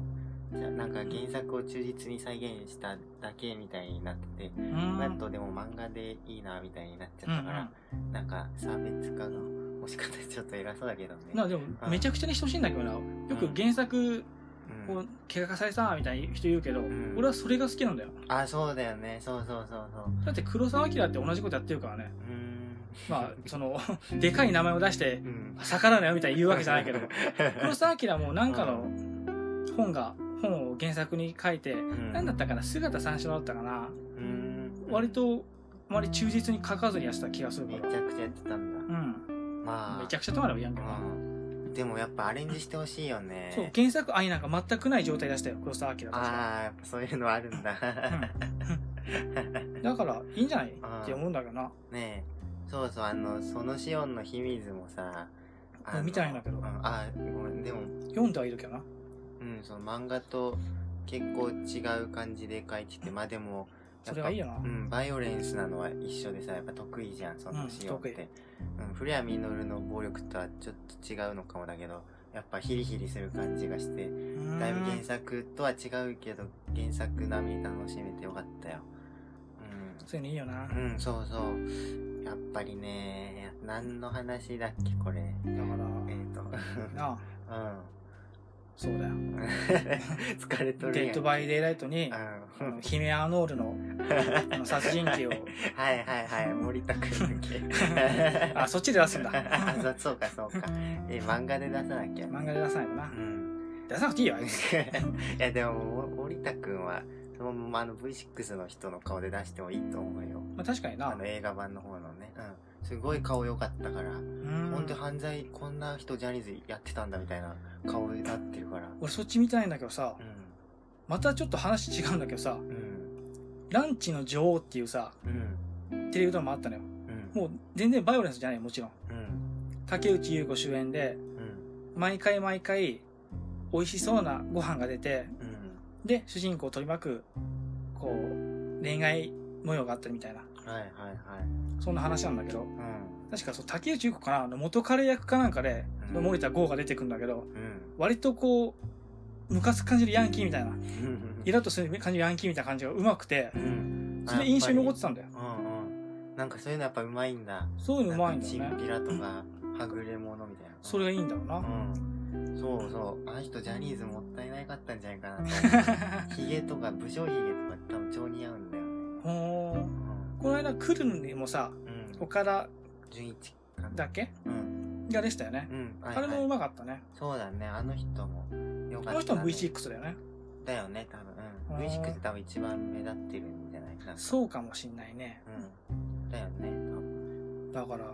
じゃあなんか原作を忠実に再現しただけみたいになってて、うんなんとでも漫画でいいなみたいになっちゃったから、なんか差別化の押し方ちょっと偉そうだけどねうんなでもうんめちゃくちゃにしてほしいんだけどなよく原作うこんう怪我化されたみたいな人言うけど、ん俺はそれが好きなんだよあそうだよねそうそうそうそうだって黒澤明って同じことやってるからねうーん まあそのでかい名前を出してうん逆らうなよみたいに言うわけじゃない けど黒澤明もなんかうの本が本を原作に書いてうん何だったかな姿三四郎だったかなうん割とあまり忠実に書かずにやってた気がするめかちらゃくちゃやってたんだうんまあめちゃくちゃとまるわやんけどなうんでもやっぱアレンジしてほしいよねそう原作愛なんか全くない状態出したよ黒澤明だとああやっぱそういうのあるんだ だからいいんじゃないんって思うんだけどなねえそうそうあのそのシオンの秘密もさあの見たいんだけどうんあごめんでも読んではいるけどなうんその漫画と結構違う感じで書いててまあでもやそっぱれがいいよなうん、バイオレンスなのは一緒でさやっぱ得意じゃんそのシオンって、うん古谷実の暴力とはちょっと違うのかもだけどやっぱヒリヒリする感じがしてだいぶ原作とは違うけど原作並みに楽しめてよかったよそういうのいいよなうだかん、うん、そうそうやっぱりね何の話だっけこれえっ、とらなあそうだようん 疲れと「るやデッんド・バイ・デイ・ライトに」あうんのヒメ・アーノールのあの殺人鬼を はいはいはい森田君だっけ あそっちで出すんだあ そそうかそうかえ漫画で出さなきゃ漫画で出さないとなうん 出さなくていいよあいついやでもも森田君はそのままあの V6 の人の顔で出してもいいと思うよまあ確かになあの映画版の方のね、うん、すごい顔良かったから、うんほんと犯罪こんな人ジャニーズやってたんだみたいな顔になってるから俺そっち見たいんだけどさうまたちょっと話違うんだけどさんうん「ランチの女王」っていうさうんテレビドラマあったのようんもう全然バイオレンスじゃないよもちろんうん竹内優子主演でうん毎回毎回美味しそうなご飯が出てうんで主人公を取り巻くこう恋愛模様があったりみたいなはいはいはいそんな話なんだけどうん確かそう竹内優子かなあの元彼役かなんかでうん森田剛が出てくるんだけどうん割とこうムカつく感じるヤンキーみたいなイらラッとする感じるヤンキーみたいな感じがうまくてうんそれ印象に残ってたたんだようんうんなんかそういうのやっぱうまいんだそういうのうまいんだチよねンピラとかはぐれ者みたいなそれがいいんだろうなうんそうそうあの人ジャニーズもったいないかったんじゃないかなとひげとか武将ひげとか多分超似合うんだよね ほーこの間来るのにもさうん、うん、岡田純一かなだっけうんがでしたよねうんはいあれもうまかったねそうだねあの人もよかった、ね、この人も V6 だよね。だよね、多分。うん。うん V6 って多分一番目立ってるんじゃないかな。そうかもしんないねうん。だよね、多分。だから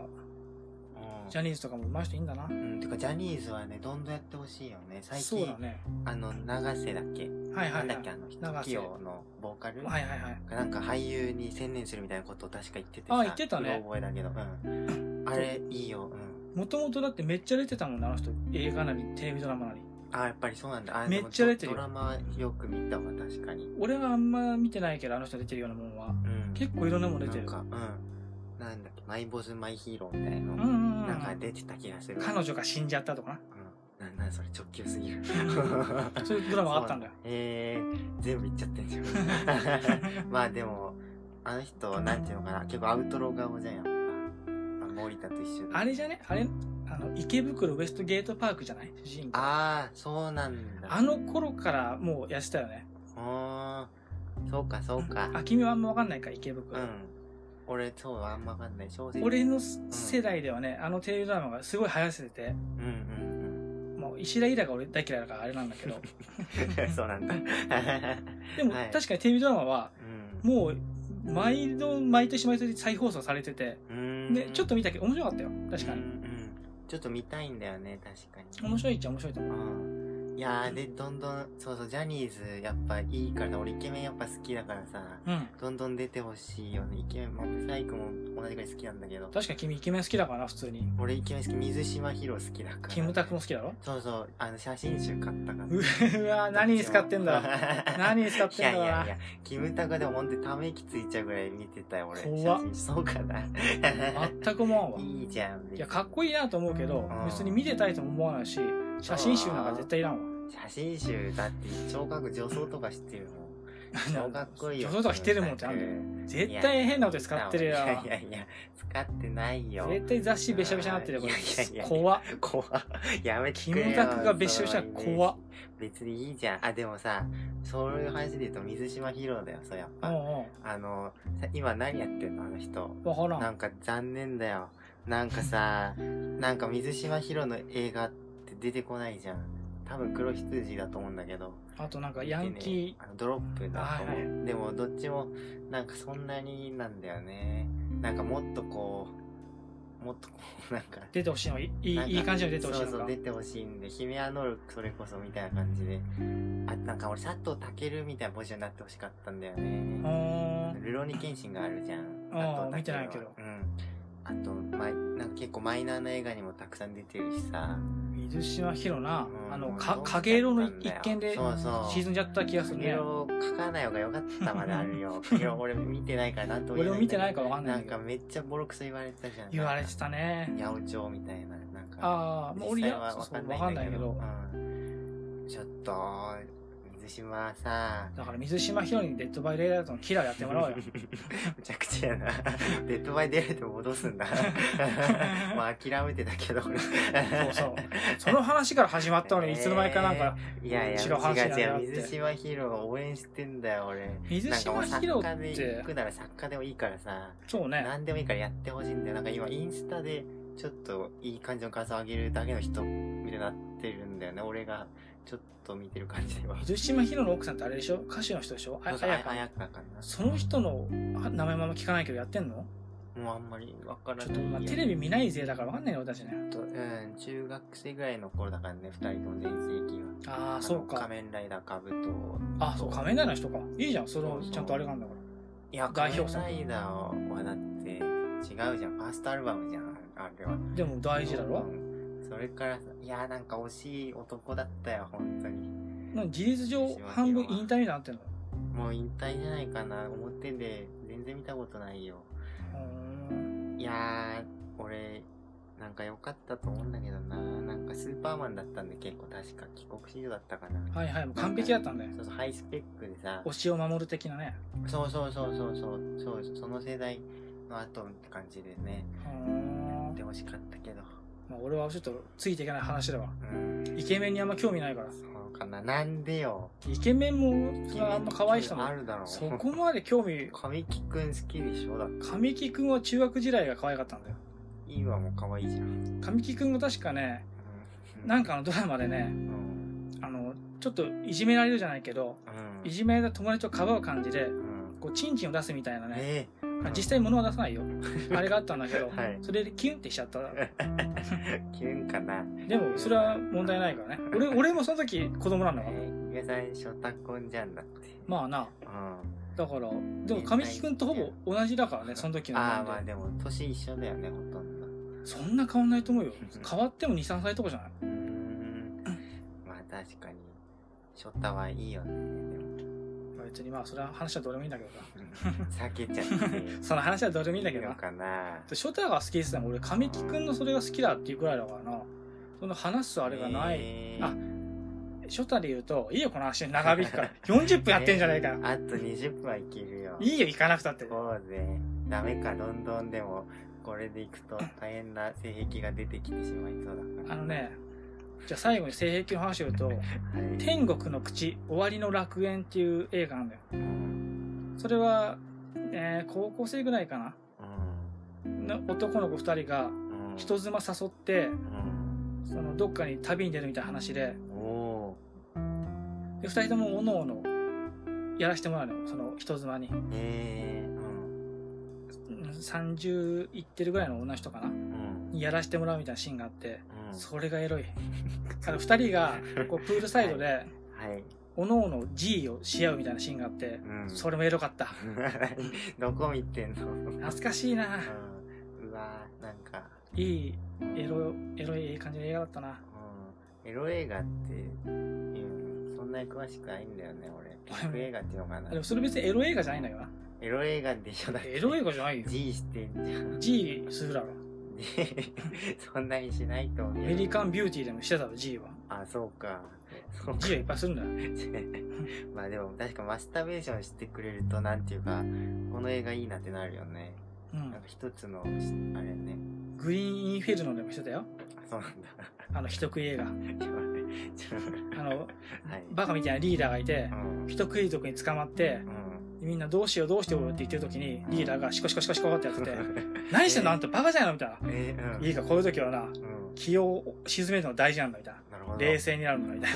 ジャャニーズとかも回していいんだなうん、てかジャニーズはね、どんどんやってほしいよね。最そうだ近、ねあの、長瀬だっけはいなはいんはだいっけ、あの、長瀬 TOKIO のボーカルはいはいはいなんか俳優に専念するみたいなことを確か言っててさ。あ言ってたねうろ覚えだけど。うん。あれ、いいよ。うん。もともとだってめっちゃ出てたもんねあの人映画なりテレビドラマなりあ、やっぱりそうなんだ。あめっちゃ出てるでもドドラマよく見たわ、確かに。俺はあんま見てないけどあの人出てるようなもんはうん。結構いろんなもん出てるなんか、うん。なんだっけ、マイボスマイヒーローみたいの。うんうんうんなんか出てた気がする。彼女が死んじゃったとかうん。なんなんそれ直球すぎる。 なそういうドラマがあったんだよえー、全部言っちゃってんじゃん。 まあでも、あの人、なんていうのかな、結構アウトロー顔じゃん、やっぱ。あ森田と一緒で。あれじゃねあれあの池袋ウエストゲートパークじゃない主人公ああ、そうなんだ。あの頃からもう痩せたよねあーそうか、そうか。あ君はあんま分かんないか池う袋、ん。俺、そう、あんまわかんない。正直。俺の世代ではね、あのテレビドラマがすごい流行らせててうんうんもう石田イラが俺大嫌いだからあれなんだけどうん。 そうなんだ。でも、はい確かにテレビドラマはうんもう毎度毎年毎年再放送されててうーん。でちょっと見たけど面白かったよ確かうにんうんちょっと見たいんだよね、確かに。面白いっちゃ面白いと思ううん。いやー、で、どんどん、そうそう、ジャニーズ、やっぱいいから、俺イケメンやっぱ好きだからさ、うんどんどん出てほしいよね。イケメン、まあ、ブサイクも同じくらい好きなんだけど、確かに君イケメン好きだからな普通に俺イケメン好き、水島ヒロ好きだから。キムタクも好きだろそうそう、あの、写真集買ったから。うわ何に使って んだ何に使ってんだいやいやないや、キムタクでも本当にため息ついちゃうぐらい見てたよ、俺。怖っ写真そうかな。全く思わんわいいじゃん。別にいやかっこいいなと思うけどうん別に見てたいとも思わないし写真集なんか絶対いらんわ写真集だって、超かっこ女装とかしてるもん。超かっこいいよ。女装とか着てるもんってなんだよん絶対変なこと使ってるよいやいやいや、使ってないよ。絶対雑誌べしゃべしゃになってるよこれいやいやいや怖っ怖っやめてキくれよムタクが別所したら怖っ別にいいじゃん。あ、でもさ、そういう話で言うと、水島ヒロだよ、そう、やっうんうぱ。あの、さ今何やってんのあの人。ん分からなんんか残念だよ。なんかさ、なんか水島ヒロの映画って出てこないじゃん。多分黒羊だと思うんだけど。あとなんかヤンキー。あのドロップだと思う。はいでもどっちも、なんかそんなになんだよね。なんかもっとこう、もっとこう、なんかー。出てほしいのいいなんかいい感じの出てほしいそうそのうか出てほしいんで姫アノルそれこそみたいな感じであなんか俺佐藤健みたいなポジションになってほしかったんだようねーんルロニケンシンがあるじゃんあ佐藤健ーは見てないけどうんあと、ま、なんか結構マイナーな映画にもたくさん出てるしさ、水島ヒロなうんあのもうかどうしちゃったんだ影よ色の一件でそうそう沈んじゃった気がする影ね色描かない方が良かったまであるよ影色俺見てないからなんとも言え俺もない見てないからわかんなないんけかどめっちゃボロクソ言われてたじゃん言われてたね八百長みたいななんかああ、もう俺実や際はそうわそかうんわなかいんんだないけけどど。、うんちょっと、水島さ、だから水島ひろにデッドバイレイライトのキラーやってもらおうよ。 むちゃくちゃやな。デッドバイデイライト戻すん だ。まあ諦めてたけど、俺。そうそう。その話から始まったのに、いつの間にかな んか、いやいや、違う話だ違なうって違う。水島ヒロを応援してんだよ、俺。水なんかもう島ひ作ろっ家で行てく、なら作家でもいいからさ、そうね。何でもいいからやってほしいんだよ。なんか今インスタでちょっといい感じの感想上げるだけの人みたいになってるんだよね。俺がちょっと見てる感じでは。水島ひろの奥さんってあれでしょ歌手の人でしょあそうやそうあやか。かかな。その人のあ名前もあんま聞かないけどやってんのもうあんまりわからなちいょっと、まあ、テレビ見ない勢だからわかんないよ、私ね。と、うん、中学生ぐらいの頃だからね、二人とも全盛期は。ああ、のそうか。仮面ライダーかぶと。あそう、仮面ライダーの人か。いいじゃん、そそのうそうちゃんとあれがあるんだから。いや、代仮表面作ライダーはだって違うじゃん。ファーストアルバムじゃん、あれは。でも大事だろうんそれからさ、いや、なんか惜しい男だったよ、本当に。なんか事実上、半分引退になってんのもう引退じゃないかな。表で全然見たことないよ。うーんいやー、俺、なんか良かったと思うんだけどな。なんかスーパーマンだったんで結構確か帰国子女だったかな。はいはい、もう完璧だったんだよ。そうそう、ハイスペックでさ、推しを守る的なね。そうそうそうそうそう、そうその世代の後って感じでね、うーやんってほしかったけど、まあ、俺はちょっとついていけない話だわ。うん、イケメンにあんま興味ないから。そうかな。なんでよ。イケメンもそんなあんま可愛い人もあ。るだろう。そこまで興 味、神木くん好きでしょだって。神木くんは中学時代が可愛かったんだよ。いいわ、もう可愛いじゃん。神木くんが確かね、なんか、かのドラマでね、うん、あのちょっといじめられるじゃないけどうんいじめられた友達をかばう感じでうんこうチンチンを出すみたいなねええまあ実際物は出さない よあれがあったんだけど、はいそれでキュンって しちゃったキュンかなでもそれは問題ないからね俺俺もその時子供なんだからえー、意外初タコンじゃんだってまあなうんだからでも神木君とほぼ同じだからねその時のああ年まあ齢でも年一緒だよねほとんどそんな変わんないと思うよ変わっても23歳とかじゃないうーんまあ確かに初タはいいよねでもまあ別にまあそれは話はどうでもいいんだけどな避けちゃっていその話はどうでもいいんだけいどのなかな翔太が好きですね俺神木君のそれが好きだっていうくらいだからなその話すあれがないえあ翔太で言うといいよこの話長引くから40分やってんじゃないかよあと20分はいけるよいいよ行かなくたってそうぜダメかどんどんでもこれでいくと大変な性癖が出てきてしまいそうだからあのねじゃあ最後に性癖の話を言うとはい「天国の口終わりの楽園」っていう映画なんだようんそれは、えー高校生ぐらいかなの男の子2人がうん人妻誘ってうんそのどっかに旅に出るみたいな話でおおで2人ともおのおのやらせてもらうのよその人妻にーええうんうん30いってるぐらいの女の人かなうんにやらせてもらうみたいなシーンがあってうんそれがエロ いあの2人がこうプールサイドではいおのおの G をし合うみたいなシーンがあってうんそれもエロかった どこ見てんの、 うん懐かしいなうわなんか、いいエロエロい感じの映画だったなうん、エロ映画って、うん、そんなに詳しくないんだよね俺俺もエロ映画っていうのかなでもそれ別にエロ映画じゃないんだよなエロ映画でしょだってエロ映画じゃないよ G してんじゃん G するだろそんなにしないと思うアメリカンビューティーでもしてたろ G はあそうかそう G はいっぱいするんだよ まあでも確かマスターベーションしてくれるとなんていうかこの映画いいなってなるよねうなんんか一つのしあれねグリーンインフェルノでもしてたよあそうなんだあの人食い映画ちょっとあのはいバカみたいなリーダーがいてうん人食い族に捕まってうんみんなどうしようどうしようって言ってる時にリーダーがシコシコシコシコってやって て「何してんのあんたバカじゃないの?」みたいなえー「いいかこういう時はうなん、うん、気を沈めるのが大事なんだ」みたいななるほど「冷静になるんだ」みたい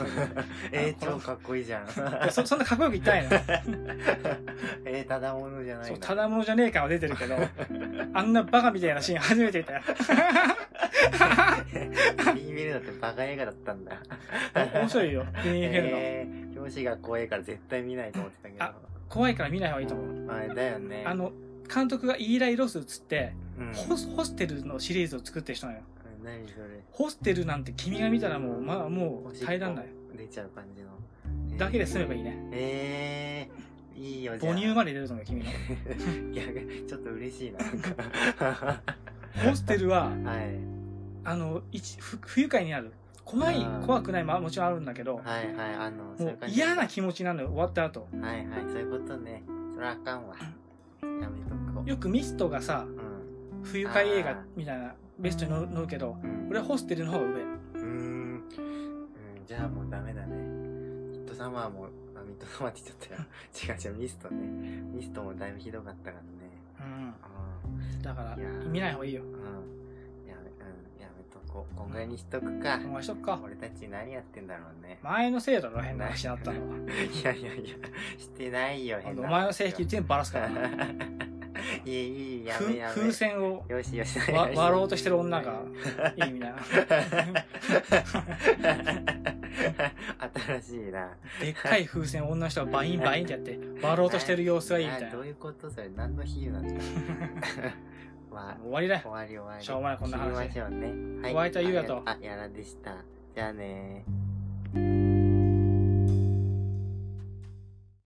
えー、あの超かっこいいじゃんなそ そんなかっこよく言ったんやえー、ただものじゃなないそのうただものじゃねえ感は出てる けどあんなバカみたいなシーン初めて見たよ ビービルだってバカ映画だったんだ面白いよグリーンフェルノえー、表紙が怖いから絶対見ないと思ってたけどあ怖いから見ない方がいいと思うあれだよねあ、の監督がイーライ・ロスっつってうん、ホスホステルのシリーズを作ってる人なのよ何それホステルなんて君が見たらもうまあもう耐えらんない出ちゃう感じの、だけで済めばいいいねえー、いいよじゃあ母乳まで出ると思うよ君の いやちょっと嬉しいななんかホステルははいあの一不不愉快になる怖いあー怖くないまあもちろんあるんだけどはいはいあのもそういうう感じ嫌な気持ちになるのよ終わった後はいはいそういうことねそらあかんわやめとこうよくミストがさうん不愉快映あ画ーみたいなベストに乗る乗るけどうん俺はホステルの方が上うーん、うん、じゃあもうダメだね。ミッドサマーも、あ、ミッドサマーって言っちゃったよ。違う違う、ミストね。ミストもだいぶひどかったからね。うんうだからいやー見ない方がいいよん、うん。やめ、うん、やめとこう。こんぐらいにしとくかお。前しとっか俺たち何やってんだろうね。前のせいだろ変な話になったのはいやいやいや、してないよ、お変な話前の性癖全部バラ すからないや、いい、やふめやめ。風船をよしよし。わ割ろうとしてる女がいいみたいな 新しいな。でっかい風船を女の人がバインバインってやって割ろうとしてる様子がいいみたいあなどもうういうことそれ何の比喩なんだ まあ終わりだよ終わり終わりしょうもないこんな話切りましょうね、お相手はゆうやとあやらでしたじゃあねー